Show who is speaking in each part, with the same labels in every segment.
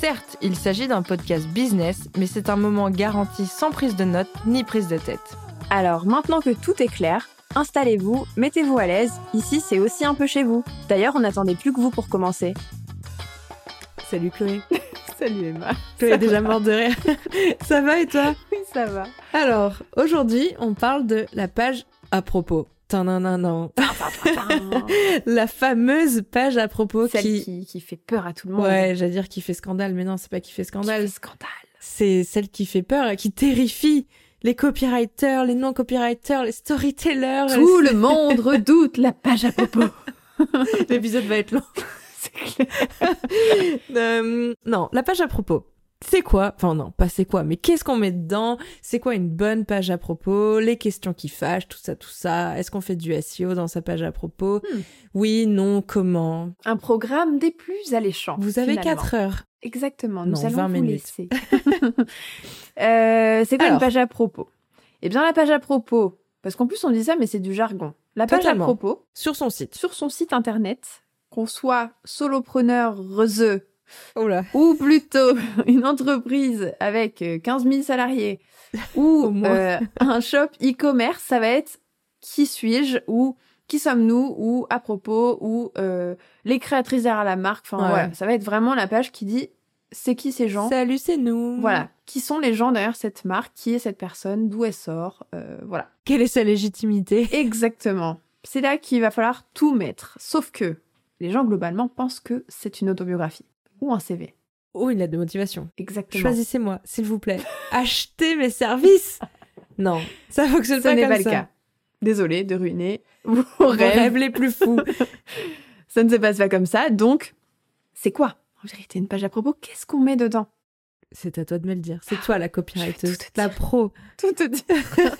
Speaker 1: Certes, il s'agit d'un podcast business, mais c'est un moment garanti sans prise de notes ni prise de tête.
Speaker 2: Alors maintenant que tout est clair, installez-vous, mettez-vous à l'aise, ici c'est aussi un peu chez vous. D'ailleurs, on n'attendait plus que vous pour commencer.
Speaker 1: Salut Chloé.
Speaker 2: Salut Emma.
Speaker 1: Chloé est déjà morte de rire. Ça va et toi
Speaker 2: Oui, ça va.
Speaker 1: Alors, aujourd'hui, on parle de la page à propos. Tananana. La fameuse page à propos
Speaker 2: Celle
Speaker 1: qui...
Speaker 2: qui... Qui, fait peur à tout le monde.
Speaker 1: Ouais, j'allais dire qui fait scandale, mais non, c'est pas qui fait scandale.
Speaker 2: Quel scandale.
Speaker 1: C'est celle qui fait peur et qui terrifie les copywriters, les non-copywriters, les storytellers.
Speaker 2: Tout le monde redoute la page à propos.
Speaker 1: Les- L'épisode va être long.
Speaker 2: C'est clair.
Speaker 1: Euh, non, la page à propos. C'est quoi Enfin non, pas c'est quoi, mais qu'est-ce qu'on met dedans C'est quoi une bonne page à propos Les questions qui fâchent, tout ça, tout ça. Est-ce qu'on fait du SEO dans sa page à propos
Speaker 2: Hmm.
Speaker 1: Oui, non, comment
Speaker 2: Un programme des plus alléchants.
Speaker 1: Vous avez
Speaker 2: finalement.
Speaker 1: quatre heures.
Speaker 2: Exactement, nous
Speaker 1: Non,
Speaker 2: allons
Speaker 1: 20
Speaker 2: vous
Speaker 1: minutes.
Speaker 2: laisser. Euh, c'est quoi
Speaker 1: Alors.
Speaker 2: une page à propos Eh bien, la page à propos, parce qu'en plus on dit ça, mais c'est du jargon. La page
Speaker 1: Totalement.
Speaker 2: à propos,
Speaker 1: Sur son site.
Speaker 2: sur son site internet, qu'on soit solopreneur heureux
Speaker 1: Oh là.
Speaker 2: ou plutôt une entreprise avec euh, 15 000 salariés ou
Speaker 1: Au moins.
Speaker 2: euh, un shop e-commerce, ça va être qui suis-je ou qui sommes-nous ou à propos ou euh, les créatrices derrière la marque. Enfin
Speaker 1: Ouais.
Speaker 2: voilà, ça va être vraiment la page qui dit c'est qui ces gens,
Speaker 1: Salut, c'est nous.
Speaker 2: voilà, qui sont les gens derrière cette marque, qui est cette personne, d'où elle sort, euh, voilà.
Speaker 1: Quelle est sa légitimité
Speaker 2: Exactement. C'est là qu'il va falloir tout mettre, sauf que les gens globalement pensent que c'est une autobiographie ou un CV.
Speaker 1: Oh, il a de motivation.
Speaker 2: Exactement.
Speaker 1: Choisissez-moi, s'il vous plaît. Achetez mes services. Non, ça fonctionne
Speaker 2: Ce
Speaker 1: pas
Speaker 2: n'est
Speaker 1: comme
Speaker 2: pas le
Speaker 1: ça.
Speaker 2: cas. Désolée de ruiner vos
Speaker 1: Vos
Speaker 2: rêves.
Speaker 1: rêves les plus fous.
Speaker 2: Ça ne se passe pas comme ça, donc c'est quoi En vérité, une page à propos, qu'est-ce qu'on met dedans
Speaker 1: C'est à toi de me le dire. C'est toi la
Speaker 2: Je vais
Speaker 1: copywriter,
Speaker 2: Ah, tout te
Speaker 1: la pro.
Speaker 2: Tout te dire.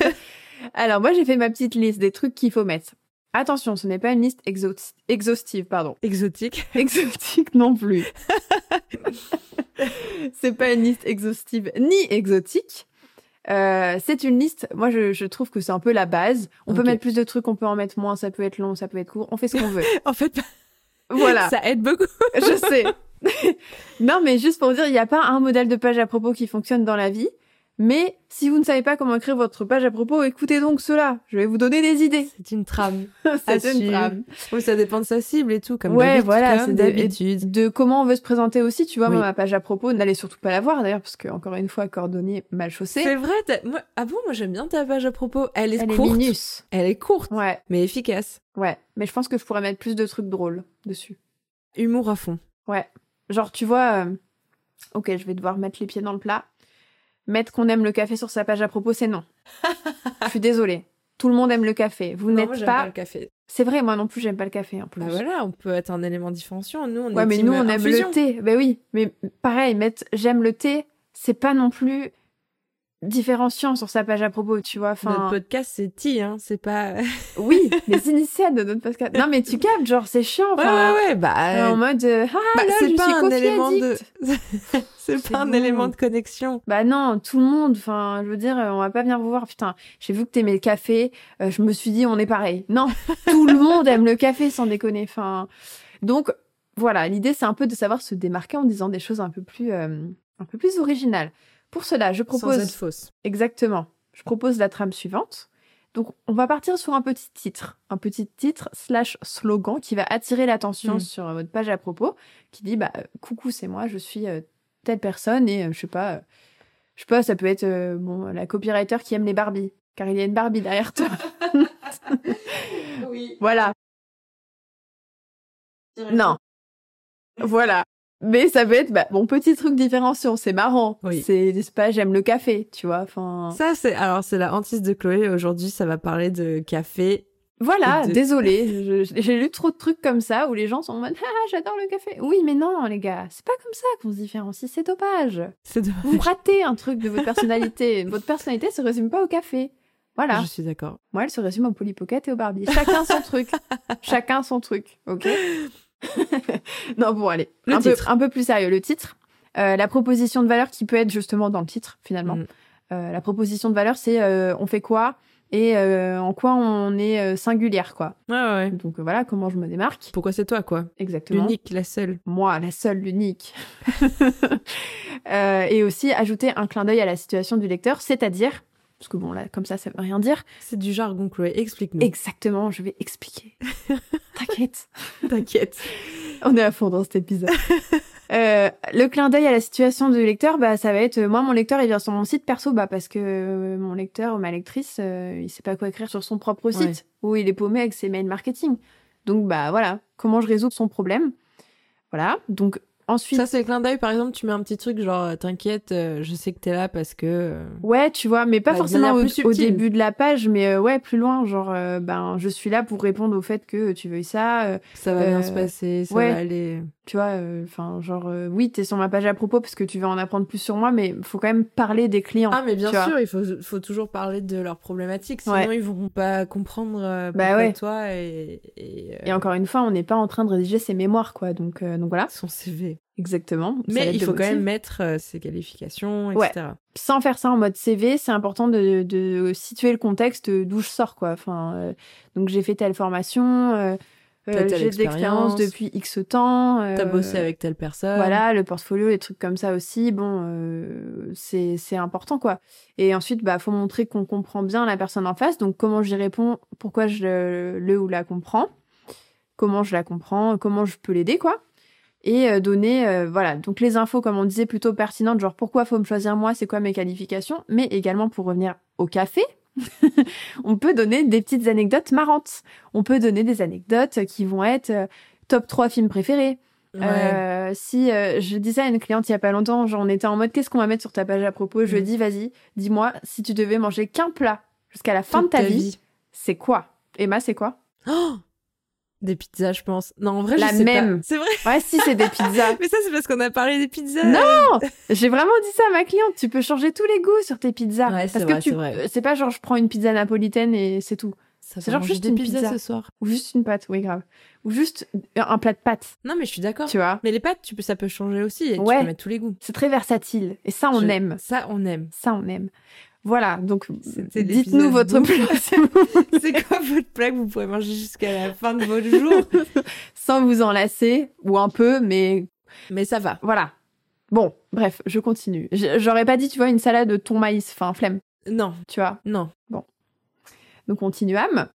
Speaker 2: Alors moi, j'ai fait ma petite liste des trucs qu'il faut mettre. Attention, ce n'est pas une liste exhaust- exhaustive, pardon.
Speaker 1: Exotique.
Speaker 2: Exotique non plus. c'est pas une liste exhaustive ni exotique. Euh, c'est une liste. Moi, je, je trouve que c'est un peu la base. On
Speaker 1: Ok.
Speaker 2: peut mettre plus de trucs, on peut en mettre moins. Ça peut être long, ça peut être court. On fait ce qu'on veut.
Speaker 1: En fait,
Speaker 2: Voilà.
Speaker 1: ça aide beaucoup.
Speaker 2: je sais. non, mais juste pour dire, il n'y a pas un modèle de page à propos qui fonctionne dans la vie. Mais si vous ne savez pas comment écrire votre page à propos, écoutez donc cela. Je vais vous donner des idées.
Speaker 1: C'est une trame. À
Speaker 2: c'est une
Speaker 1: suivre.
Speaker 2: trame.
Speaker 1: Oui, ça dépend de sa cible et tout, comme
Speaker 2: Ouais,
Speaker 1: d'habitude.
Speaker 2: voilà,
Speaker 1: comme
Speaker 2: c'est des-
Speaker 1: d'habitude.
Speaker 2: de comment on veut se présenter aussi. Tu vois,
Speaker 1: Oui.
Speaker 2: moi, ma page à propos, n'allez surtout pas la voir d'ailleurs, parce que encore une fois, cordonnier mal chaussé.
Speaker 1: C'est vrai. t'as- Moi, ah bon, moi j'aime bien ta page à propos. Elle est
Speaker 2: Elle est
Speaker 1: courte.
Speaker 2: minus.
Speaker 1: Elle est courte,
Speaker 2: Ouais,
Speaker 1: mais efficace.
Speaker 2: ouais. Mais je pense que je pourrais mettre plus de trucs drôles dessus.
Speaker 1: Humour à fond.
Speaker 2: Genre, tu vois, euh, ok, je vais devoir mettre les pieds dans le plat. Mettre qu'on aime le café sur sa page à propos, c'est non. je suis désolée. Tout le monde aime le café. Vous
Speaker 1: Non, moi,
Speaker 2: n'êtes
Speaker 1: j'aime
Speaker 2: pas.
Speaker 1: le café.
Speaker 2: C'est vrai, moi non plus, j'aime pas le café en plus.
Speaker 1: Bah voilà, on peut être un élément différenciant. Nous, on est
Speaker 2: Ouais, mais
Speaker 1: team
Speaker 2: nous, on aime
Speaker 1: infusion.
Speaker 2: le thé. Ben oui, mais pareil, mettre j'aime le thé, c'est pas non plus différenciant sur sa page à propos, tu vois.
Speaker 1: Notre
Speaker 2: Enfin,
Speaker 1: podcast, c'est ti, hein. C'est pas.
Speaker 2: oui, les initiales de notre podcast. Non, mais tu captes, genre, c'est chiant. enfin,
Speaker 1: ouais, ouais, ouais.
Speaker 2: euh,
Speaker 1: Bah,
Speaker 2: En mode, euh, ah,
Speaker 1: bah,
Speaker 2: là, je
Speaker 1: c'est
Speaker 2: me suis
Speaker 1: pas un
Speaker 2: coffee
Speaker 1: élément de.
Speaker 2: addict.
Speaker 1: c'est
Speaker 2: C'est
Speaker 1: pas un
Speaker 2: bon.
Speaker 1: élément de connexion.
Speaker 2: Bah non, tout le monde. Enfin, je veux dire, euh, on va pas venir vous voir. Putain, j'ai vu que t'aimais le café. euh, je me suis dit, on est pareil. Non, tout le monde aime le café, sans déconner. Enfin, donc voilà, l'idée c'est un peu de savoir se démarquer en disant des choses un peu plus, euh, un peu plus originales. Pour cela,
Speaker 1: Sans
Speaker 2: je
Speaker 1: être
Speaker 2: propose
Speaker 1: fausse.
Speaker 2: exactement. Je propose la trame suivante. Donc, on va partir sur un petit titre, un petit titre slash slogan qui va attirer l'attention
Speaker 1: Mm.
Speaker 2: sur votre page à propos, qui dit bah euh, coucou c'est moi, je suis euh, telle personne et euh, je sais pas. euh, Je sais pas, ça peut être euh, bon, la copywriter qui aime les Barbies, car il y a une Barbie derrière toi.
Speaker 3: Oui.
Speaker 2: voilà. Non. Voilà. Mais ça peut être bah, mon petit truc différenciant, c'est marrant.
Speaker 1: Oui.
Speaker 2: C'est c'est pas j'aime le café, tu vois. Enfin
Speaker 1: Ça, c'est alors c'est la hantise de Chloé. Aujourd'hui, ça va parler de café.
Speaker 2: voilà,
Speaker 1: De-
Speaker 2: désolé, j'ai lu trop de trucs comme ça où les gens sont en mode ah j'adore le café. Oui, mais non les gars, c'est pas comme ça qu'on se différencie, c'est dopage.
Speaker 1: C'est de...
Speaker 2: Vous ratez un truc de votre personnalité. votre personnalité se résume pas au café. Voilà.
Speaker 1: Je suis d'accord.
Speaker 2: Moi, elle se résume au Polly Pocket et au Barbie. Chacun son truc. Chacun son truc. OK Non, bon, allez.
Speaker 1: Le
Speaker 2: un, peu,
Speaker 1: titre.
Speaker 2: un peu plus sérieux. Le titre. Euh, la proposition de valeur qui peut être justement dans le titre, finalement.
Speaker 1: Mm.
Speaker 2: Euh, la proposition de valeur, c'est euh, on fait quoi et euh, en quoi on est euh, singulière, quoi.
Speaker 1: Ouais, ouais. ouais.
Speaker 2: Donc euh, voilà comment je me démarque.
Speaker 1: Pourquoi c'est toi, quoi
Speaker 2: Exactement.
Speaker 1: L'unique, la seule.
Speaker 2: Moi, la seule, l'unique. Euh, et aussi ajouter un clin d'œil à la situation du lecteur, c'est-à-dire, parce que bon, là, comme ça, ça veut rien dire.
Speaker 1: C'est du jargon, Chloé. Explique-nous.
Speaker 2: Exactement, je vais expliquer. T'inquiète,
Speaker 1: T'inquiète.
Speaker 2: on est à fond dans cet épisode. Euh, le clin d'œil à la situation du lecteur, bah ça va être euh, moi mon lecteur il vient sur mon site perso bah parce que euh, mon lecteur ou ma lectrice euh, il sait pas quoi écrire sur son propre site ou il est paumé avec ses mails marketing. Donc bah voilà comment je résous son problème. Voilà donc ensuite
Speaker 1: Ça, c'est le clin d'œil. Par exemple, tu mets un petit truc genre, euh, t'inquiète, euh, je sais que t'es là parce que. euh,
Speaker 2: Ouais, tu vois, mais pas
Speaker 1: Bah, de
Speaker 2: forcément
Speaker 1: manière
Speaker 2: au,
Speaker 1: plus
Speaker 2: au
Speaker 1: subtile.
Speaker 2: début de la page, mais euh, ouais, plus loin, genre, euh, ben, je suis là pour répondre au fait que tu veuilles ça, euh,
Speaker 1: ça va bien
Speaker 2: Euh,
Speaker 1: se passer, ça
Speaker 2: ouais.
Speaker 1: va aller.
Speaker 2: tu vois, enfin, genre, euh, oui, t'es sur ma page à propos parce que tu veux en apprendre plus sur moi, mais faut quand même parler des clients.
Speaker 1: Ah, mais bien
Speaker 2: tu vois.
Speaker 1: sûr, il faut, faut toujours parler de leurs problématiques. Sinon,
Speaker 2: Ouais.
Speaker 1: ils vont pas comprendre euh,
Speaker 2: Bah
Speaker 1: pourquoi
Speaker 2: ouais.
Speaker 1: toi et, et, euh,
Speaker 2: Et encore une fois, on n'est pas en train de rédiger ses mémoires, quoi, donc, euh, donc voilà,
Speaker 1: son CV.
Speaker 2: exactement. sa
Speaker 1: Mais
Speaker 2: lettre
Speaker 1: il
Speaker 2: de
Speaker 1: faut quand
Speaker 2: motif.
Speaker 1: même mettre euh, ses qualifications,
Speaker 2: Ouais.
Speaker 1: etc.
Speaker 2: sans faire ça en mode CV, c'est important de, de situer le contexte d'où je sors, quoi. Enfin, euh, donc j'ai fait telle formation, euh,
Speaker 1: T'as
Speaker 2: euh,
Speaker 1: telle
Speaker 2: j'ai de
Speaker 1: expérience.
Speaker 2: l'expérience depuis X temps.
Speaker 1: T'as
Speaker 2: euh,
Speaker 1: bossé avec telle personne.
Speaker 2: Voilà, le portfolio, les trucs comme ça aussi, bon, euh, c'est c'est important, quoi. Et ensuite, bah, faut montrer qu'on comprend bien la personne en face, donc comment j'y réponds, pourquoi je le- le ou la comprends, comment je la comprends, comment je peux l'aider, quoi. Et euh, donner, euh, voilà, donc les infos, comme on disait, plutôt pertinentes, genre pourquoi faut me choisir moi, c'est quoi mes qualifications, mais également pour revenir au café, on peut donner des petites anecdotes marrantes. On peut donner des anecdotes qui vont être euh, top 3 films préférés,
Speaker 1: Ouais.
Speaker 2: euh, si euh, je disais à une cliente il y a pas longtemps, genre on était en mode qu'est-ce qu'on va mettre sur ta page à propos,
Speaker 1: Mm.
Speaker 2: je lui ai dit vas-y, dis-moi si tu devais manger qu'un plat jusqu'à la fin
Speaker 1: Toute
Speaker 2: de ta, vie, c'est quoi Emma, c'est quoi
Speaker 1: Oh des pizzas, je pense. Non, en vrai,
Speaker 2: La
Speaker 1: je sais
Speaker 2: même.
Speaker 1: pas. C'est vrai.
Speaker 2: Ouais, si c'est des pizzas.
Speaker 1: Mais ça, c'est parce qu'on a parlé des pizzas.
Speaker 2: Non, J'ai vraiment dit ça à ma cliente, tu peux changer tous les goûts sur tes pizzas
Speaker 1: Ouais, c'est
Speaker 2: parce
Speaker 1: vrai,
Speaker 2: que tu
Speaker 1: c'est vrai.
Speaker 2: euh, c'est pas genre je prends une pizza napolitaine et c'est tout
Speaker 1: Ça
Speaker 2: C'est
Speaker 1: va
Speaker 2: genre
Speaker 1: manger
Speaker 2: juste
Speaker 1: des
Speaker 2: une
Speaker 1: pizzas
Speaker 2: pizza.
Speaker 1: ce soir.
Speaker 2: ou juste une pâte, oui grave. Ou juste un plat de pâtes,
Speaker 1: Non, mais je suis d'accord.
Speaker 2: tu vois.
Speaker 1: Mais les pâtes, tu peux, ça peut changer aussi. Et Tu
Speaker 2: Ouais.
Speaker 1: peux mettre tous les goûts.
Speaker 2: C'est très versatile et ça on
Speaker 1: Je-
Speaker 2: aime,
Speaker 1: Ça, on aime.
Speaker 2: ça on aime. Voilà, donc
Speaker 1: C'était
Speaker 2: dites-nous
Speaker 1: l'épisode
Speaker 2: votre plat s'il vous
Speaker 1: C'est quoi votre plat que vous pourrez manger jusqu'à la fin de votre jour
Speaker 2: sans vous enlacer, ou un peu, mais
Speaker 1: Mais ça va.
Speaker 2: voilà. Bon, bref, je continue. J- J'aurais pas dit, tu vois, une salade de thon maïs, enfin, flemme,
Speaker 1: Non,
Speaker 2: tu vois.
Speaker 1: non.
Speaker 2: Donc, continuam.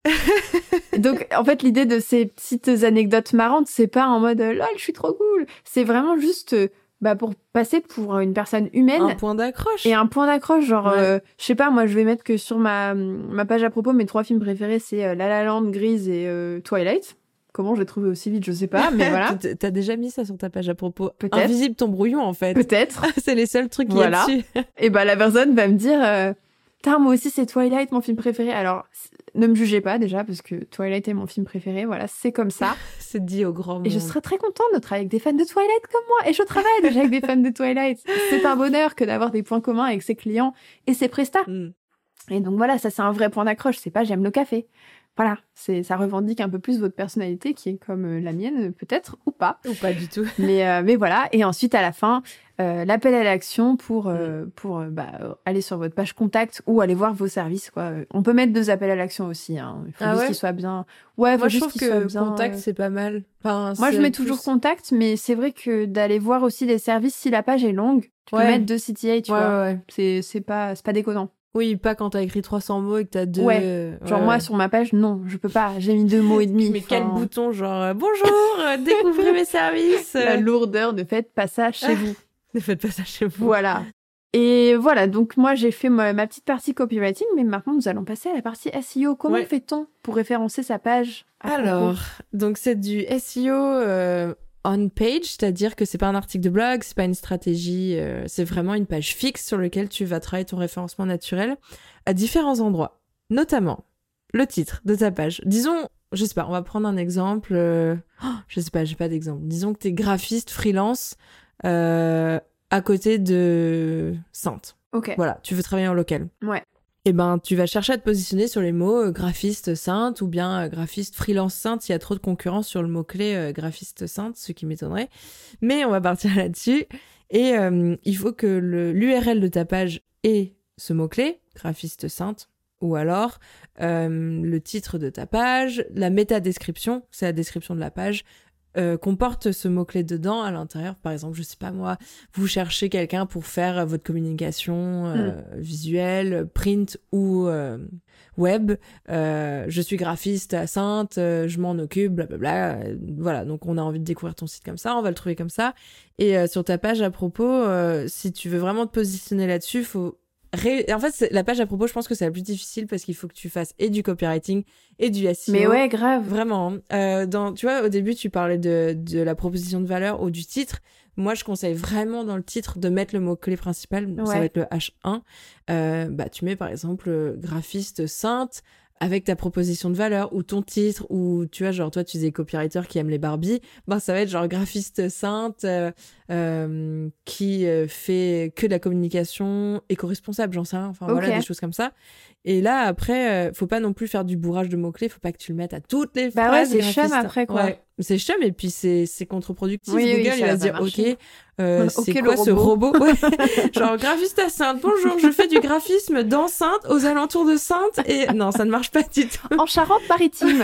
Speaker 2: Donc, en fait, l'idée de ces petites anecdotes marrantes, c'est pas en mode, euh, lol, je suis trop cool. C'est vraiment juste, euh, bah, pour passer pour euh, une personne humaine.
Speaker 1: Un point d'accroche.
Speaker 2: Et un point d'accroche, genre,
Speaker 1: Ouais.
Speaker 2: euh, je sais pas, moi, je vais mettre que sur ma, ma page à propos, mes trois films préférés, c'est euh, La La Land, Grise et euh, Twilight. Comment je l'ai trouvé aussi vite, je sais pas, mais voilà.
Speaker 1: T'as- T'as déjà mis ça sur ta page à propos.
Speaker 2: Peut-être.
Speaker 1: Invisible ton brouillon, en fait.
Speaker 2: Peut-être.
Speaker 1: c'est les seuls trucs qu'il
Speaker 2: Voilà.
Speaker 1: y a dessus.
Speaker 2: et bah la personne va me dire euh, Putain, moi aussi c'est Twilight mon film préféré alors c- ne me jugez pas déjà parce que Twilight est mon film préféré voilà c'est comme ça
Speaker 1: c'est dit au grand monde.
Speaker 2: et je serais très contente de travailler avec des fans de Twilight comme moi et je travaille déjà avec des fans de Twilight c'est un bonheur que d'avoir des points communs avec ses clients et ses prestats
Speaker 1: Mm.
Speaker 2: et donc voilà ça c'est un vrai point d'accroche c'est pas j'aime le café voilà c'est ça revendique un peu plus votre personnalité qui est comme euh, la mienne peut-être ou pas
Speaker 1: Ou pas du tout.
Speaker 2: mais, euh, mais voilà. Et ensuite, à la fin, euh, l'appel à l'action pour,
Speaker 1: Mm.
Speaker 2: euh, pour euh, bah, euh, aller sur votre page contact ou aller voir vos services. Quoi. Euh, On peut mettre deux appels à l'action aussi. hein. Il faut
Speaker 1: Ah
Speaker 2: juste
Speaker 1: ouais
Speaker 2: qu'ils soient bien. Ouais, faut
Speaker 1: Moi, je
Speaker 2: juste
Speaker 1: trouve
Speaker 2: qu'ils soient
Speaker 1: que
Speaker 2: bien,
Speaker 1: contact,
Speaker 2: euh,
Speaker 1: c'est pas mal. Enfin,
Speaker 2: Moi,
Speaker 1: c'est
Speaker 2: je mets
Speaker 1: plus-
Speaker 2: toujours contact, mais c'est vrai que d'aller voir aussi les services si la page est longue. Tu
Speaker 1: Ouais.
Speaker 2: peux mettre deux CTA, tu
Speaker 1: Ouais,
Speaker 2: vois.
Speaker 1: ouais, ouais.
Speaker 2: C'est c'est pas, c'est pas déconnant.
Speaker 1: Oui, pas quand t'as écrit 300 mots et que t'as deux.
Speaker 2: Ouais.
Speaker 1: euh,
Speaker 2: Genre,
Speaker 1: ouais,
Speaker 2: moi,
Speaker 1: ouais.
Speaker 2: sur ma page, non, je peux pas. J'ai mis deux mots et demi.
Speaker 1: Tu mets quatre
Speaker 2: Enfin,
Speaker 1: boutons, genre euh, bonjour, euh, découvrez mes services.
Speaker 2: La
Speaker 1: euh.
Speaker 2: lourdeur, ne faites pas ça chez vous.
Speaker 1: Ne faites pas ça chez vous.
Speaker 2: Voilà. Et voilà, donc moi j'ai fait ma, ma petite partie copywriting, mais maintenant nous allons passer à la partie SEO. Comment
Speaker 1: Ouais.
Speaker 2: fait-on pour référencer sa page à
Speaker 1: Alors, donc c'est du SEO euh, on page, c'est-à-dire que c'est pas un article de blog, c'est pas une stratégie, euh, c'est vraiment une page fixe sur laquelle tu vas travailler ton référencement naturel à différents endroits, notamment le titre de ta page. Disons, je sais pas, on va prendre un exemple. euh, oh, je sais pas, j'ai pas d'exemple. Disons que t'es graphiste freelance euh, à côté de Sainte.
Speaker 2: Ok,
Speaker 1: Voilà, tu veux travailler en local.
Speaker 2: Ouais.
Speaker 1: Eh ben, tu vas chercher à te positionner sur les mots euh, graphiste sainte ou bien euh, graphiste freelance sainte. Il y a trop de concurrence sur le mot-clé euh, graphiste sainte, ce qui m'étonnerait. Mais on va partir là-dessus. Et euh, il faut que le- l'URL de ta page ait ce mot-clé, graphiste sainte, ou alors euh, le titre de ta page, la métadescription, c'est la description de la page, euh, comporte ce mot-clé dedans à l'intérieur. Par exemple, je sais pas moi, vous cherchez quelqu'un pour faire euh, votre communication
Speaker 2: Mm.
Speaker 1: euh, visuelle, print ou euh, web. Euh, je suis graphiste à Sainte, euh, je m'en occupe, blablabla. Euh, Voilà, donc on a envie de découvrir ton site comme ça, on va le trouver comme ça. Et euh, sur ta page à propos, euh, si tu veux vraiment te positionner là-dessus, faut ré- en fait, c'est- la page à propos, je pense que c'est la plus difficile parce qu'il faut que tu fasses et du copywriting et du E SEO.
Speaker 2: Mais ouais, grave.
Speaker 1: Vraiment. Euh, dans, tu vois, au début, tu parlais de, de la proposition de valeur ou du titre. Moi, je conseille vraiment dans le titre de mettre le mot-clé principal. Ça
Speaker 2: Ouais.
Speaker 1: va être le H1. Euh, bah, tu mets par exemple euh, graphiste sainte avec ta proposition de valeur ou ton titre ou tu vois, genre toi, tu disais copywriter qui aime les Barbie. Ben, ça va être genre graphiste sainte euh, euh, qui euh, fait que de la communication éco-responsable, j'en sais rien. Enfin,
Speaker 2: Ok.
Speaker 1: voilà, des choses comme ça. Et là, après, euh, faut pas non plus faire du bourrage de mots-clés, faut pas que tu le mettes à toutes les
Speaker 2: Bah ouais,
Speaker 1: phrases.
Speaker 2: c'est chum
Speaker 1: graphistes.
Speaker 2: après, quoi.
Speaker 1: Ouais, c'est chum, et puis c'est c'est contre-productif.
Speaker 2: Oui, oui,
Speaker 1: Google,
Speaker 2: ça
Speaker 1: il va
Speaker 2: va
Speaker 1: se
Speaker 2: pas
Speaker 1: dire,
Speaker 2: marcher.
Speaker 1: ok, euh,
Speaker 2: Ok,
Speaker 1: c'est
Speaker 2: le
Speaker 1: quoi ce robot Ouais. Genre, graphiste à Sainte, bonjour, je fais du graphisme dans Sainte, aux alentours de Sainte, et non, ça ne marche pas du tout.
Speaker 2: En Charente-Maritime.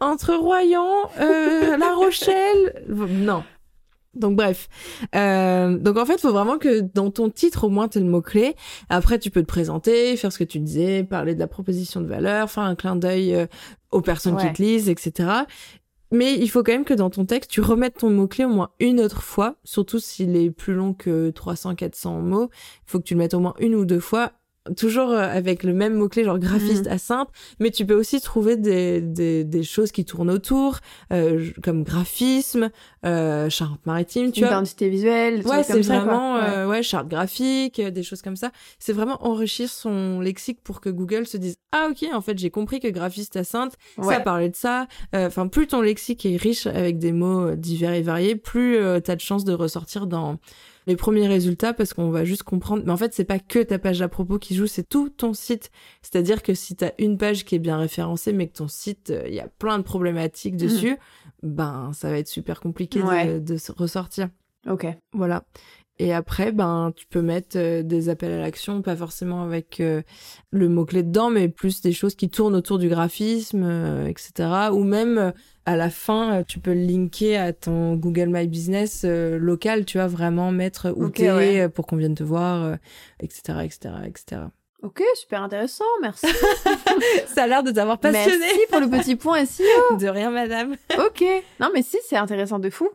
Speaker 1: Entre Royan, euh, La Rochelle, non. Donc bref, Euh, donc en fait, faut vraiment que dans ton titre au moins t'aies le mot clé. Après, tu peux te présenter, faire ce que tu disais, parler de la proposition de valeur, faire un clin d'œil euh, aux personnes
Speaker 2: Ouais.
Speaker 1: qui te lisent, etc. Mais il faut quand même que dans ton texte, tu remettes ton mot clé au moins une autre fois, surtout s'il est plus long que 300-400 mots. Il faut que tu le mettes au moins une ou deux fois, toujours euh, avec le même mot clé, genre graphiste
Speaker 2: Mm.
Speaker 1: à simple. Mais tu peux aussi trouver des, des, des choses qui tournent autour, euh, j- comme graphisme, euh, Charente-Maritime, tu vois.
Speaker 2: Identité visuelle, des
Speaker 1: Ouais,
Speaker 2: trucs
Speaker 1: c'est
Speaker 2: comme ça, quoi.
Speaker 1: vraiment
Speaker 2: Ouais.
Speaker 1: euh, ouais, charte graphique, euh, des choses comme ça. C'est vraiment enrichir son lexique pour que Google se dise ah ok en fait j'ai compris que graphiste à Sainte ça
Speaker 2: Ouais.
Speaker 1: parlait de ça. Euh, Enfin plus ton lexique est riche avec des mots euh, divers et variés, plus euh, t'as de chances de ressortir dans les premiers résultats parce qu'on va juste comprendre. Mais en fait c'est pas que ta page à propos qui joue, c'est tout ton site. C'est-à-dire que si t'as une page qui est bien référencée mais que ton site il y a plein de problématiques dessus, ben ça va être super compliqué de-
Speaker 2: Mmh. Ouais.
Speaker 1: de se ressortir.
Speaker 2: Ok.
Speaker 1: Voilà. Et après, ben, tu peux mettre euh, des appels à l'action, pas forcément avec euh, le mot-clé dedans, mais plus des choses qui tournent autour du graphisme, euh, etc. Ou même euh, à la fin, euh, tu peux le linker à ton Google My Business euh, local, tu vois, vraiment mettre où
Speaker 2: Ok,
Speaker 1: t'es,
Speaker 2: ouais.
Speaker 1: euh, pour qu'on vienne te voir, euh, etc., etc., etc.
Speaker 2: Ok, super intéressant, merci.
Speaker 1: Ça a l'air de t'avoir passionné.
Speaker 2: Merci pour le petit point SEO.
Speaker 1: De rien, madame.
Speaker 2: Ok. Non, mais si, c'est intéressant de fou.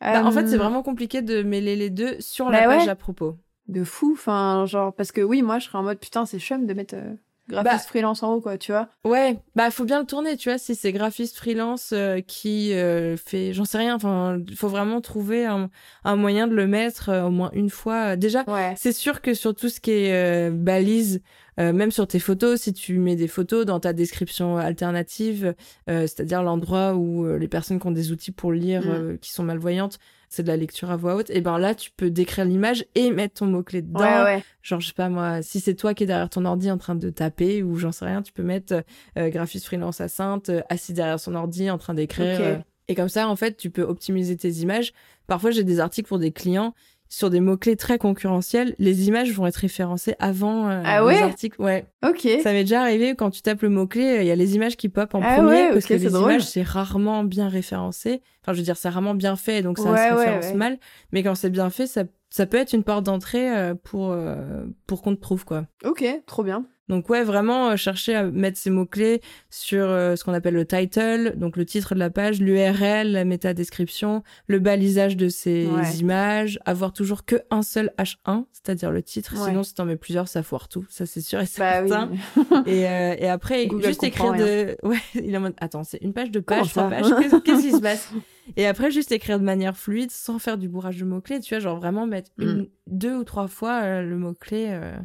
Speaker 1: Bah, en fait, c'est
Speaker 2: Euh,
Speaker 1: vraiment compliqué de mêler les deux sur
Speaker 2: Bah
Speaker 1: la page
Speaker 2: ouais.
Speaker 1: à propos.
Speaker 2: de fou. Enfin, genre, parce que oui, moi, je serais en mode putain, c'est chum de mettre euh, graphiste
Speaker 1: Bah.
Speaker 2: freelance en haut, quoi, tu vois.
Speaker 1: Ouais, bah faut bien le tourner, tu vois, si c'est graphiste freelance euh, qui euh, fait, j'en sais rien, enfin, il faut vraiment trouver un, un moyen de le mettre euh, au moins une fois. Déjà,
Speaker 2: Ouais.
Speaker 1: c'est sûr que sur tout ce qui est euh, balise, euh, même sur tes photos, si tu mets des photos dans ta description alternative, euh, c'est-à-dire l'endroit où euh, les personnes qui ont des outils pour lire,
Speaker 2: Mm.
Speaker 1: euh, qui sont malvoyantes, c'est de la lecture à voix haute, et ben là, tu peux décrire l'image et mettre ton mot-clé dedans,
Speaker 2: Ouais, ouais.
Speaker 1: Genre, je sais pas moi, si c'est toi qui es derrière ton ordi en train de taper ou j'en sais rien, tu peux mettre euh, graphiste freelance à Sainte, euh, assis derrière son ordi en train d'écrire.
Speaker 2: Ok.
Speaker 1: euh. et comme ça, en fait, tu peux optimiser tes images. Parfois, j'ai des articles pour des clients sur des mots-clés très concurrentiels. Les images vont être référencées avant euh,
Speaker 2: Ah ouais
Speaker 1: les articles. Ouais.
Speaker 2: Ok.
Speaker 1: Ça m'est déjà arrivé quand tu tapes le mot-clé, il y a les images qui pop en
Speaker 2: Ah
Speaker 1: premier
Speaker 2: ouais,
Speaker 1: parce que
Speaker 2: ok, c'est
Speaker 1: les
Speaker 2: drôle.
Speaker 1: images c'est rarement bien référencé. Enfin, je veux dire, c'est rarement bien fait, donc ça
Speaker 2: Ouais,
Speaker 1: se
Speaker 2: ouais,
Speaker 1: référence
Speaker 2: ouais.
Speaker 1: mal. Mais quand c'est bien fait, ça, ça peut être une porte d'entrée euh, pour euh, pour qu'on te prouve quoi.
Speaker 2: Ok, trop bien.
Speaker 1: Donc ouais, vraiment euh, chercher à mettre ces mots-clés sur euh, ce qu'on appelle le title, donc le titre de la page, l'URL, la métadescription, le balisage de ces
Speaker 2: Ouais.
Speaker 1: images, avoir toujours que un seul H1, c'est-à-dire le titre,
Speaker 2: Ouais.
Speaker 1: sinon si t'en mets plusieurs, ça foire tout, ça c'est sûr et
Speaker 2: Bah oui.
Speaker 1: certain. Et, euh, et après,
Speaker 2: Google
Speaker 1: juste écrire
Speaker 2: comprend
Speaker 1: de... Ouais, il est en mode, attends, c'est une page de
Speaker 2: Comment
Speaker 1: page, trois
Speaker 2: ça
Speaker 1: pages, qu'est-ce- qu'est-ce qui se passe Et après, juste écrire de manière fluide, sans faire du bourrage de mots-clés, tu vois, genre vraiment mettre
Speaker 2: Mm.
Speaker 1: une- deux ou trois fois euh, le mot-clé euh,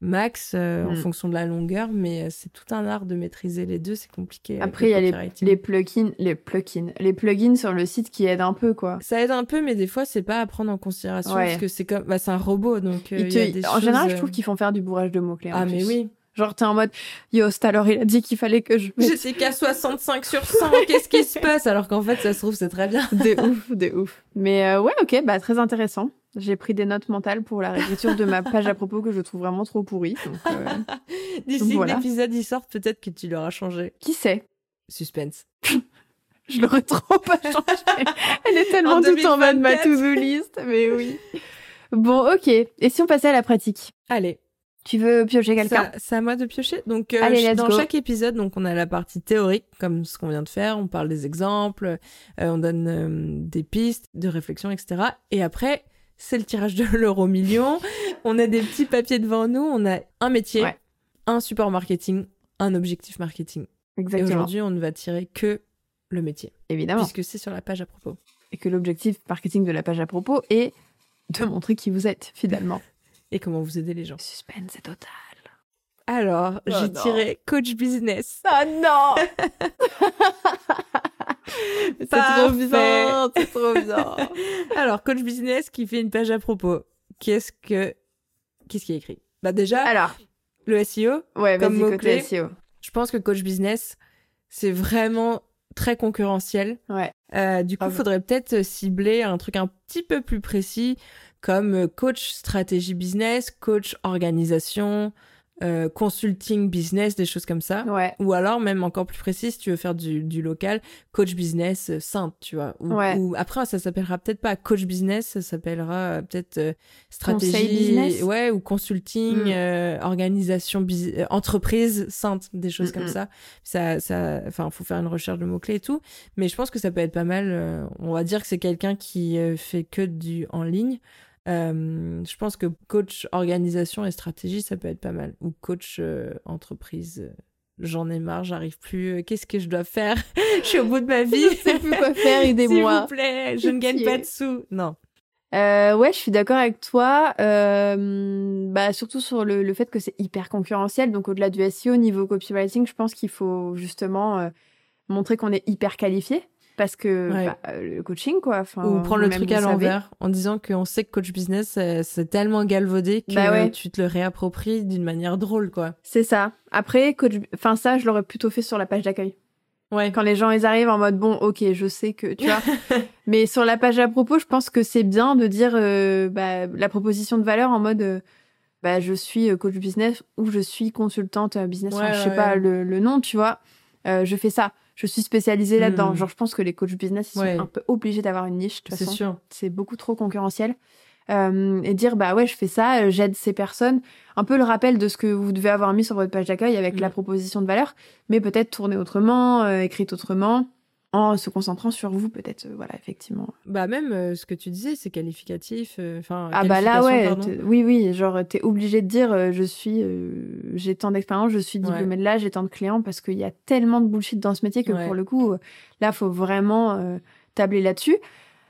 Speaker 1: max euh, en
Speaker 2: Mm.
Speaker 1: fonction de la longueur, mais euh, c'est tout un art de maîtriser les deux, c'est compliqué. avec
Speaker 2: Après,
Speaker 1: le
Speaker 2: il y a les,
Speaker 1: copywriting.
Speaker 2: les plugins, les plugins, les plugins sur le site qui aident un peu, quoi.
Speaker 1: Ça aide un peu, mais des fois, c'est pas à prendre en considération,
Speaker 2: Ouais.
Speaker 1: parce que c'est comme... Bah, c'est un robot, donc euh,
Speaker 2: Ils
Speaker 1: il
Speaker 2: te-
Speaker 1: y a des
Speaker 2: en
Speaker 1: choses,
Speaker 2: général,
Speaker 1: euh,
Speaker 2: je trouve qu'ils font faire du bourrage de mots-clés. en
Speaker 1: Ah mais
Speaker 2: plus.
Speaker 1: oui
Speaker 2: Genre, t'es en mode, yo, tout à l'heure, il a dit qu'il fallait que je mette
Speaker 1: J'étais qu'à 65 sur 100, qu'est-ce qui se passe Alors qu'en fait, ça se trouve, c'est très bien.
Speaker 2: des ouf, des ouf. Mais euh, ouais, ok, bah très intéressant. J'ai pris des notes mentales pour la réécriture de ma page à propos que je trouve vraiment trop pourrie. donc, euh,
Speaker 1: D'ici
Speaker 2: Donc
Speaker 1: que
Speaker 2: voilà.
Speaker 1: l'épisode il sorte, peut-être que tu l'auras changé.
Speaker 2: qui sait
Speaker 1: Suspense.
Speaker 2: Je l'aurais trop pas changé. Elle est tellement
Speaker 1: En
Speaker 2: tout en bas de ma
Speaker 1: 2024.
Speaker 2: to-do list, mais oui. Bon, ok. Et si on passait à la pratique
Speaker 1: Allez,
Speaker 2: Tu veux piocher quelqu'un
Speaker 1: ça- c'est à moi de piocher. Donc, euh,
Speaker 2: Allez,
Speaker 1: je-
Speaker 2: let's
Speaker 1: dans
Speaker 2: go.
Speaker 1: chaque épisode, donc on a la partie théorique, comme ce qu'on vient de faire, on parle des exemples, euh, on donne euh, des pistes de réflexion, etc. Et après, c'est le tirage de l'euro million. on a des petits papiers devant nous, on a un métier,
Speaker 2: Ouais.
Speaker 1: un support marketing, un objectif marketing. Et
Speaker 2: Exactement. Ah
Speaker 1: aujourd'hui, on ne va tirer que le métier,
Speaker 2: Évidemment.
Speaker 1: puisque c'est sur la page à propos.
Speaker 2: Et que l'objectif marketing de la page à propos est de montrer qui vous êtes, finalement.
Speaker 1: Et comment vous aider les gens.
Speaker 2: Suspense est total.
Speaker 1: Alors,
Speaker 2: Oh
Speaker 1: j'ai
Speaker 2: non.
Speaker 1: tiré coach business.
Speaker 2: Ah non C'est trop
Speaker 1: Parfait.
Speaker 2: bien, c'est trop bien.
Speaker 1: Alors, coach business qui fait une page à propos. Qu'est-ce que qu'est-ce qui est écrit Bah déjà,
Speaker 2: Alors,
Speaker 1: le SEO,
Speaker 2: ouais,
Speaker 1: Comme
Speaker 2: vas-y, côté E
Speaker 1: mot-clé.
Speaker 2: SEO.
Speaker 1: je pense que coach business c'est vraiment très concurrentiel.
Speaker 2: Ouais.
Speaker 1: Euh, du coup,
Speaker 2: Ah
Speaker 1: il
Speaker 2: bon.
Speaker 1: faudrait peut-être cibler un truc un petit peu plus précis comme euh, coach stratégie business, coach organisation, euh, consulting business, des choses comme ça.
Speaker 2: Ouais.
Speaker 1: Ou alors, même encore plus précis, si tu veux faire du, du local, coach business euh, simple, tu vois. Ou,
Speaker 2: Ouais.
Speaker 1: ou- après, ça s'appellera peut-être pas coach business, ça s'appellera euh, peut-être euh, stratégie.
Speaker 2: Conseil business
Speaker 1: Ouais, ou consulting,
Speaker 2: Mm.
Speaker 1: euh, organisation, busi- euh, entreprise sainte, des choses
Speaker 2: Mm,
Speaker 1: comme
Speaker 2: mm.
Speaker 1: ça. Ça, ça, enfin, faut faire une recherche de mots-clés et tout. Mais je pense que ça peut être pas mal. euh, on va dire que c'est quelqu'un qui euh, fait que du en ligne. Euh, je pense que coach organisation et stratégie, ça peut être pas mal. Ou coach euh, entreprise. euh, J'en ai marre, j'arrive plus. euh, Qu'est-ce que je dois faire Je suis au bout de ma vie.
Speaker 2: Je sais plus quoi faire,
Speaker 1: S'il
Speaker 2: aidez-moi.
Speaker 1: vous plaît, je ne gagne
Speaker 2: Pitié.
Speaker 1: pas de sous. Non.
Speaker 2: Euh, ouais, je suis d'accord avec toi. Euh, bah, surtout sur le, le fait que c'est hyper concurrentiel. Donc, au-delà du SEO, niveau copywriting, je pense qu'il faut justement euh, montrer qu'on est hyper qualifié. Parce que
Speaker 1: Ouais.
Speaker 2: bah, euh, le coaching, quoi. enfin,
Speaker 1: Ou prendre le
Speaker 2: vous-même,
Speaker 1: truc
Speaker 2: vous
Speaker 1: à
Speaker 2: savez.
Speaker 1: l'envers en disant qu'on sait que coach business, euh, c'est tellement galvaudé que
Speaker 2: Bah ouais.
Speaker 1: tu te le réappropries d'une manière drôle, quoi.
Speaker 2: C'est ça. Après, coach... enfin, ça, je l'aurais plutôt fait sur la page d'accueil.
Speaker 1: Ouais.
Speaker 2: quand les gens ils arrivent en mode bon ok je sais que tu vois mais sur la page à propos je pense que c'est bien de dire euh, bah, la proposition de valeur en mode euh, bah je suis euh, coach business ou je suis consultante euh, business
Speaker 1: Ouais,
Speaker 2: enfin, je sais
Speaker 1: ouais,
Speaker 2: pas
Speaker 1: ouais.
Speaker 2: le, le nom tu vois Euh, je fais ça je suis spécialisée là-dedans
Speaker 1: Mm.
Speaker 2: genre je pense que les coachs business ils
Speaker 1: Ouais.
Speaker 2: sont un peu obligés d'avoir une niche de toute
Speaker 1: C'est
Speaker 2: façon
Speaker 1: sûr.
Speaker 2: c'est beaucoup trop concurrentiel. Euh, et dire, bah ouais, je fais ça, euh, j'aide ces personnes. Un peu le rappel de ce que vous devez avoir mis sur votre page d'accueil avec
Speaker 1: Mm.
Speaker 2: la proposition de valeur, mais peut-être tournée autrement, euh, écrite autrement, en se concentrant sur vous, peut-être. euh, voilà, effectivement.
Speaker 1: Bah, même euh, ce que tu disais, c'est qualificatif. euh, Enfin,
Speaker 2: Ah bah là, ouais,
Speaker 1: qualification, pardon.
Speaker 2: t'es- oui, oui, genre, t'es obligé de dire, euh, je suis, euh, j'ai tant d'expérience, je suis diplômée
Speaker 1: Ouais.
Speaker 2: de là, j'ai tant de clients, parce qu'il y a tellement de bullshit dans ce métier que
Speaker 1: Ouais.
Speaker 2: pour le coup, euh, là, faut vraiment euh, tabler là-dessus.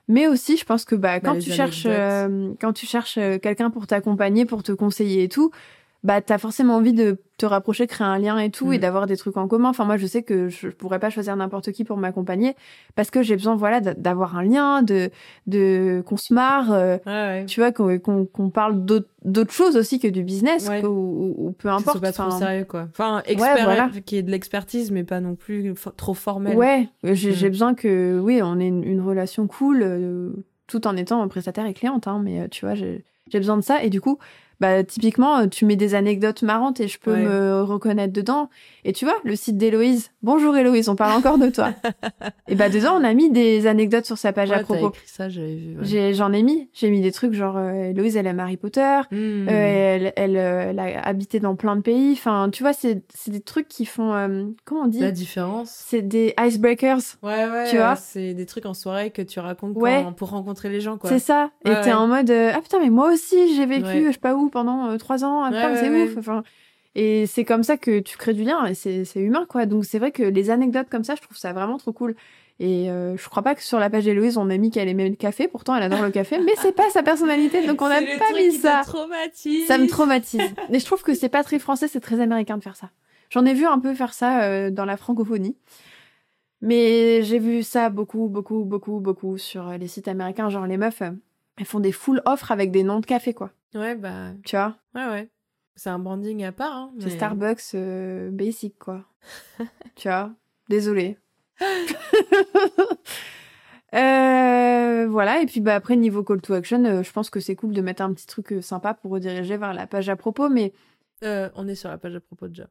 Speaker 2: Mais aussi, je pense que bah,
Speaker 1: Bah,
Speaker 2: quand,
Speaker 1: les
Speaker 2: tu cherches,
Speaker 1: anecdotes.
Speaker 2: euh, quand tu cherches euh, quelqu'un pour t'accompagner, pour te conseiller et tout, bah, t'as forcément envie de te rapprocher, créer un lien et tout, et
Speaker 1: Mm.
Speaker 2: d'avoir des trucs en commun. Enfin, moi, je sais que je, je pourrais pas choisir n'importe qui pour m'accompagner, parce que j'ai besoin, voilà, d'a- d'avoir un lien, de, de qu'on se marre, euh,
Speaker 1: Ouais, ouais.
Speaker 2: tu vois, qu'on qu'on- qu'on parle d'autres d'autres choses aussi que du business,
Speaker 1: Ouais.
Speaker 2: qu'au- ou, ou peu
Speaker 1: Que ce soit
Speaker 2: importe.
Speaker 1: pas trop
Speaker 2: enfin,
Speaker 1: sérieux, quoi. Enfin, expert,
Speaker 2: voilà.
Speaker 1: qui est de l'expertise, mais pas non plus fo- trop formel.
Speaker 2: ouais, j'ai
Speaker 1: Mm.
Speaker 2: j'ai besoin que, oui, on ait une, une relation cool, euh, tout en étant prestataire et cliente, hein, mais euh, tu vois, j'ai j'ai besoin de ça. Et du coup, bah typiquement euh, tu mets des anecdotes marrantes et je peux
Speaker 1: Ouais.
Speaker 2: me reconnaître dedans. Et tu vois, le site d'Héloïse, bonjour Héloïse, on parle encore de toi. et bah dedans on a mis des anecdotes sur sa page à
Speaker 1: Ouais, t'as
Speaker 2: propos.
Speaker 1: écrit ça, j'avais vu. ouais.
Speaker 2: J'ai- J'en ai, mis, j'ai mis des trucs genre euh, Héloïse elle aime Harry Potter,
Speaker 1: Hmm.
Speaker 2: euh, elle, elle, euh, elle a habité dans plein de pays. Enfin, tu vois, c'est c'est des trucs qui font. euh, comment on dit
Speaker 1: La différence.
Speaker 2: C'est des icebreakers.
Speaker 1: Ouais, ouais.
Speaker 2: Tu vois
Speaker 1: C'est des trucs en soirée que tu racontes
Speaker 2: Ouais.
Speaker 1: quand- pour rencontrer les gens, quoi.
Speaker 2: C'est ça.
Speaker 1: Ouais,
Speaker 2: et t'es
Speaker 1: ouais.
Speaker 2: en mode euh, Ah putain, mais moi aussi, j'ai vécu,
Speaker 1: Ouais.
Speaker 2: je sais pas où, pendant euh, trois ans. Ah, putain,
Speaker 1: Ouais,
Speaker 2: c'est
Speaker 1: ouais,
Speaker 2: ouf.
Speaker 1: ouais.
Speaker 2: Enfin, et c'est comme ça que tu crées du lien. Et c'est c'est humain, quoi. Donc, c'est vrai que les anecdotes comme ça, je trouve ça vraiment trop cool. Et euh, je crois pas que sur la page d'Héloïse, on a mis qu'elle aimait le café. Pourtant, elle adore le café, mais c'est pas sa personnalité. Donc, on n'a
Speaker 1: C'est le
Speaker 2: pas
Speaker 1: truc
Speaker 2: mis
Speaker 1: qui te
Speaker 2: ça.
Speaker 1: traumatise.
Speaker 2: Ça me traumatise. Mais je trouve que c'est pas très français, c'est très américain de faire ça. J'en ai vu un peu faire ça euh, dans la francophonie. Mais j'ai vu ça beaucoup, beaucoup, beaucoup, beaucoup sur euh, les sites américains. Genre, les meufs, euh, elles font des full offres avec des noms de café, quoi.
Speaker 1: Ouais, bah,
Speaker 2: Tu vois
Speaker 1: ouais, ouais. C'est un branding à part. Hein,
Speaker 2: C'est
Speaker 1: mais-
Speaker 2: Starbucks euh, basic, quoi. tu vois Désolée. Euh, voilà, et puis bah, après, niveau call to action, euh, je pense que c'est cool de mettre un petit truc euh, sympa pour rediriger vers la page à propos, mais
Speaker 1: Euh, on est sur la page à propos déjà.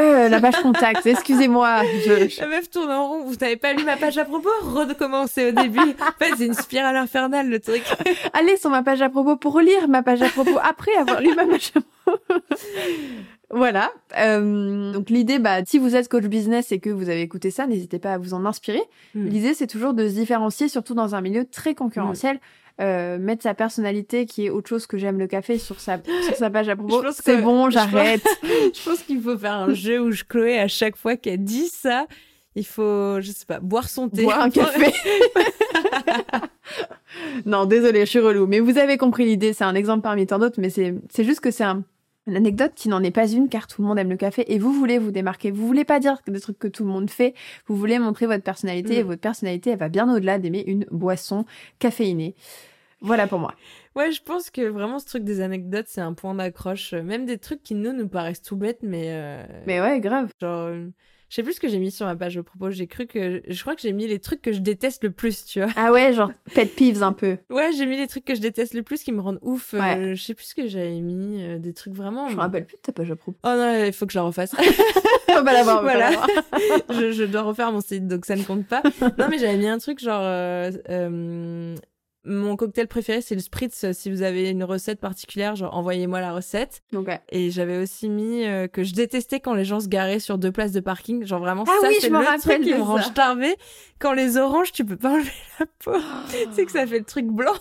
Speaker 2: Euh, la page contact, excusez-moi. Je, je-
Speaker 1: La meuf tourne en rond. Vous n'avez pas lu ma page à propos Recommencez au début. en fait, c'est une spirale infernale le truc.
Speaker 2: Allez sur ma page à propos pour lire ma page à propos après avoir lu ma page à propos. voilà. Euh, donc l'idée, bah, si vous êtes coach business et que vous avez écouté ça, n'hésitez pas à vous en inspirer.
Speaker 1: Mm.
Speaker 2: L'idée, c'est toujours de se différencier, surtout dans un milieu très concurrentiel.
Speaker 1: Hmm.
Speaker 2: Euh, mettre sa personnalité qui est autre chose que j'aime le café sur sa, sur sa page à propos.
Speaker 1: Je pense
Speaker 2: C'est
Speaker 1: que-
Speaker 2: bon,
Speaker 1: je pense-
Speaker 2: j'arrête.
Speaker 1: Je pense qu'il faut faire un jeu où je Chloé à chaque fois qu'elle dit ça. Il faut, je sais pas, boire son thé.
Speaker 2: Boire un café. non, désolé, je suis relou. Mais vous avez compris l'idée, c'est un exemple parmi tant d'autres, mais c'est c'est juste que c'est un- une anecdote qui n'en est pas une car tout le monde aime le café et vous voulez vous démarquer. Vous voulez pas dire des trucs que tout le monde fait, vous voulez montrer votre personnalité
Speaker 1: Mm.
Speaker 2: et votre personnalité, elle va bien au-delà d'aimer une boisson caféinée. Voilà pour moi.
Speaker 1: Ouais, je pense que vraiment ce truc des anecdotes, c'est un point d'accroche. Même des trucs qui nous nous paraissent tout bêtes, mais, euh,
Speaker 2: Mais ouais, grave.
Speaker 1: genre, euh, je sais plus ce que j'ai mis sur ma page de propos. J'ai cru que, je crois que j'ai mis les trucs que je déteste le plus, tu vois.
Speaker 2: Ah ouais, genre pet peeves un peu.
Speaker 1: Ouais, j'ai mis les trucs que je déteste le plus qui me rendent ouf. Euh,
Speaker 2: Ouais.
Speaker 1: je sais plus ce que j'avais mis, euh, des trucs vraiment.
Speaker 2: Je me rappelle plus de ta page à propos.
Speaker 1: Oh non, il faut que je la refasse.
Speaker 2: On va l'avoir, on va
Speaker 1: Voilà.
Speaker 2: l'avoir.
Speaker 1: je, je dois refaire mon site, donc ça ne compte pas. Non, mais j'avais mis un truc genre. euh, euh, mon cocktail préféré, c'est le spritz. euh, Si vous avez une recette particulière, genre envoyez-moi la recette.
Speaker 2: Donc ouais.
Speaker 1: Et j'avais aussi mis euh, que je détestais quand les gens se garaient sur deux places de parking. Genre vraiment,
Speaker 2: Ah
Speaker 1: ça,
Speaker 2: oui,
Speaker 1: c'est
Speaker 2: je
Speaker 1: le
Speaker 2: me
Speaker 1: truc
Speaker 2: rappelle
Speaker 1: qui
Speaker 2: de
Speaker 1: me rend
Speaker 2: ça.
Speaker 1: starvée. Quand les oranges, tu peux pas enlever la peau.
Speaker 2: Oh.
Speaker 1: tu sais que ça fait le truc blanc.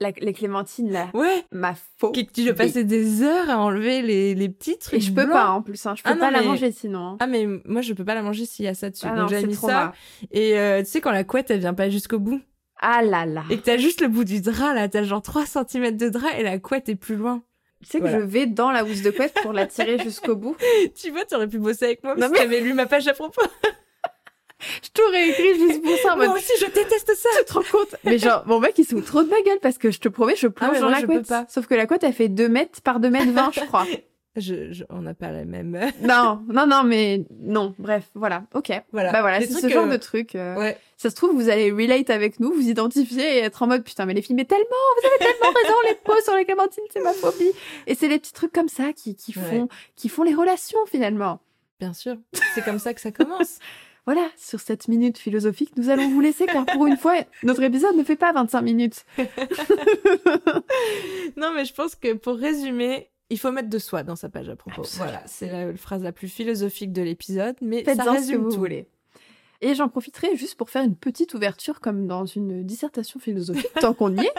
Speaker 2: La- les clémentines là,
Speaker 1: Ouais.
Speaker 2: ma faux.
Speaker 1: Qui, qui- je passais des heures à enlever les, les petits trucs.
Speaker 2: Et je peux
Speaker 1: blancs.
Speaker 2: pas en plus, hein. je peux
Speaker 1: Ah non,
Speaker 2: pas la
Speaker 1: mais-
Speaker 2: manger sinon. hein.
Speaker 1: Ah, mais moi, je peux pas la manger s'il y a ça dessus.
Speaker 2: Ah
Speaker 1: donc
Speaker 2: non,
Speaker 1: j'avais
Speaker 2: c'est
Speaker 1: mis
Speaker 2: trop
Speaker 1: ça.
Speaker 2: marrant.
Speaker 1: Et euh, tu sais, quand la couette, elle vient pas jusqu'au bout.
Speaker 2: Ah là là.
Speaker 1: Et que t'as juste le bout du drap, là. T'as genre 3 cm de drap et la couette est plus loin.
Speaker 2: Tu sais que
Speaker 1: Voilà.
Speaker 2: je vais dans la housse de couette pour la tirer jusqu'au bout.
Speaker 1: tu vois, t'aurais pu bosser avec moi
Speaker 2: Non,
Speaker 1: parce que t'avais lu ma page à propos.
Speaker 2: Je t'aurais écrit juste pour ça en mode.
Speaker 1: moi aussi, je déteste ça.
Speaker 2: Tu te rends compte Mais genre, mon mec, il se fout trop de ma gueule parce que je te promets, je plonge
Speaker 1: mais
Speaker 2: dans
Speaker 1: Ah moi,
Speaker 2: la
Speaker 1: je peux
Speaker 2: couette.
Speaker 1: pas.
Speaker 2: Sauf que la couette, elle fait 2 mètres par 2 mètres 20, je crois.
Speaker 1: Je, je- on n'a pas la même. euh,
Speaker 2: Non, non, non, mais non. Bref, voilà. Ok.
Speaker 1: Voilà.
Speaker 2: Bah voilà,
Speaker 1: Des
Speaker 2: c'est ce
Speaker 1: trucs,
Speaker 2: genre
Speaker 1: euh,
Speaker 2: de truc. euh,
Speaker 1: Ouais.
Speaker 2: Ça se trouve, vous allez relate avec nous, vous identifier et être en mode putain, mais les filles, mais tellement, vous avez tellement raison, les peaux sur les clémentines, c'est ma phobie. Et c'est les petits trucs comme ça qui, qui font,
Speaker 1: Ouais.
Speaker 2: qui font les relations finalement.
Speaker 1: Bien sûr. C'est comme ça que ça commence.
Speaker 2: Voilà, sur cette minute philosophique, nous allons vous laisser car pour une fois, notre épisode ne fait pas 25 minutes.
Speaker 1: non, mais je pense que pour résumer, il faut mettre de soi dans sa page à propos.
Speaker 2: Absolument.
Speaker 1: Voilà. C'est la phrase la plus philosophique de l'épisode, mais ça
Speaker 2: Faites-en ce que
Speaker 1: résume
Speaker 2: vous
Speaker 1: tout.
Speaker 2: voulez. Et j'en profiterai juste pour faire une petite ouverture comme dans une dissertation philosophique, tant qu'on y est.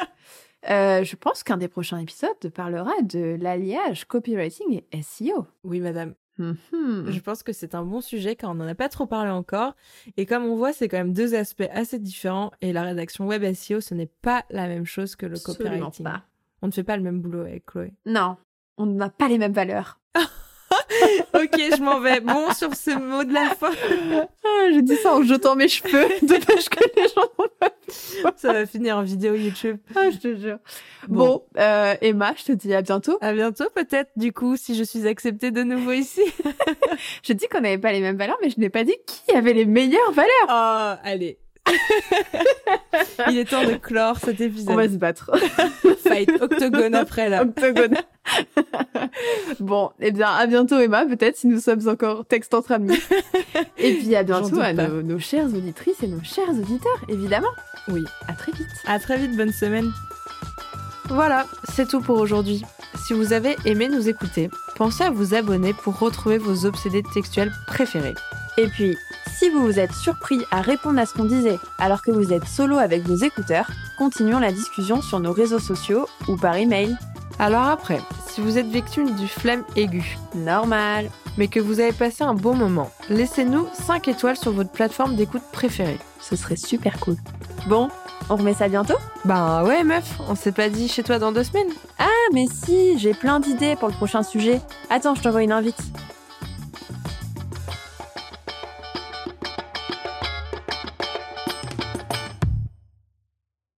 Speaker 2: Euh, je pense qu'un des prochains épisodes parlera de l'alliage copywriting et E SEO.
Speaker 1: Oui, madame.
Speaker 2: Mhm.
Speaker 1: Je pense que c'est un bon sujet car on n'en a pas trop parlé encore. Et comme on voit, c'est quand même deux aspects assez différents. Et la rédaction web SEO, ce n'est pas la même chose que le
Speaker 2: Absolument
Speaker 1: copywriting.
Speaker 2: pas.
Speaker 1: On ne fait pas le même boulot avec Chloé.
Speaker 2: Non, on n'a pas les mêmes valeurs.
Speaker 1: ok, je m'en vais. Bon, sur ce mot de la fin,
Speaker 2: Ah, J'ai dit ça en jetant mes cheveux. Dommage que les gens n'ont pas.
Speaker 1: ça va finir en vidéo YouTube.
Speaker 2: Ah, je te jure.
Speaker 1: Bon.
Speaker 2: Bon, euh, Emma, je te dis à bientôt.
Speaker 1: À bientôt peut-être, du coup, si je suis acceptée de nouveau ici.
Speaker 2: Je dis qu'on n'avait pas les mêmes valeurs, mais je n'ai pas dit qui avait les meilleures valeurs.
Speaker 1: Oh, allez. Il est temps de clore cet épisode.
Speaker 2: On va se battre.
Speaker 1: fight octogone après là.
Speaker 2: Octogone. bon, eh bien, à bientôt, Emma, peut-être, si nous sommes encore texte entre amis. et puis, à bientôt
Speaker 1: doute
Speaker 2: à
Speaker 1: pas.
Speaker 2: nos, nos chères auditrices et nos chers auditeurs, évidemment.
Speaker 1: Oui.
Speaker 2: À très vite.
Speaker 1: À très vite, bonne semaine. Voilà, c'est tout pour aujourd'hui. Si vous avez aimé nous écouter, pensez à vous abonner pour retrouver vos obsédés textuels préférés.
Speaker 2: Et puis, si vous vous êtes surpris à répondre à ce qu'on disait alors que vous êtes solo avec vos écouteurs, continuons la discussion sur nos réseaux sociaux ou par email.
Speaker 1: Alors après, si vous êtes victime du flemme aigu,
Speaker 2: Normal.
Speaker 1: mais que vous avez passé un bon moment, laissez-nous 5 étoiles sur votre plateforme d'écoute préférée.
Speaker 2: Ce serait super cool. Bon, on remet ça bientôt
Speaker 1: Bah ouais meuf, on s'est pas dit chez toi dans deux semaines
Speaker 2: Ah mais si, j'ai plein d'idées pour le prochain sujet. Attends, je t'envoie une invite.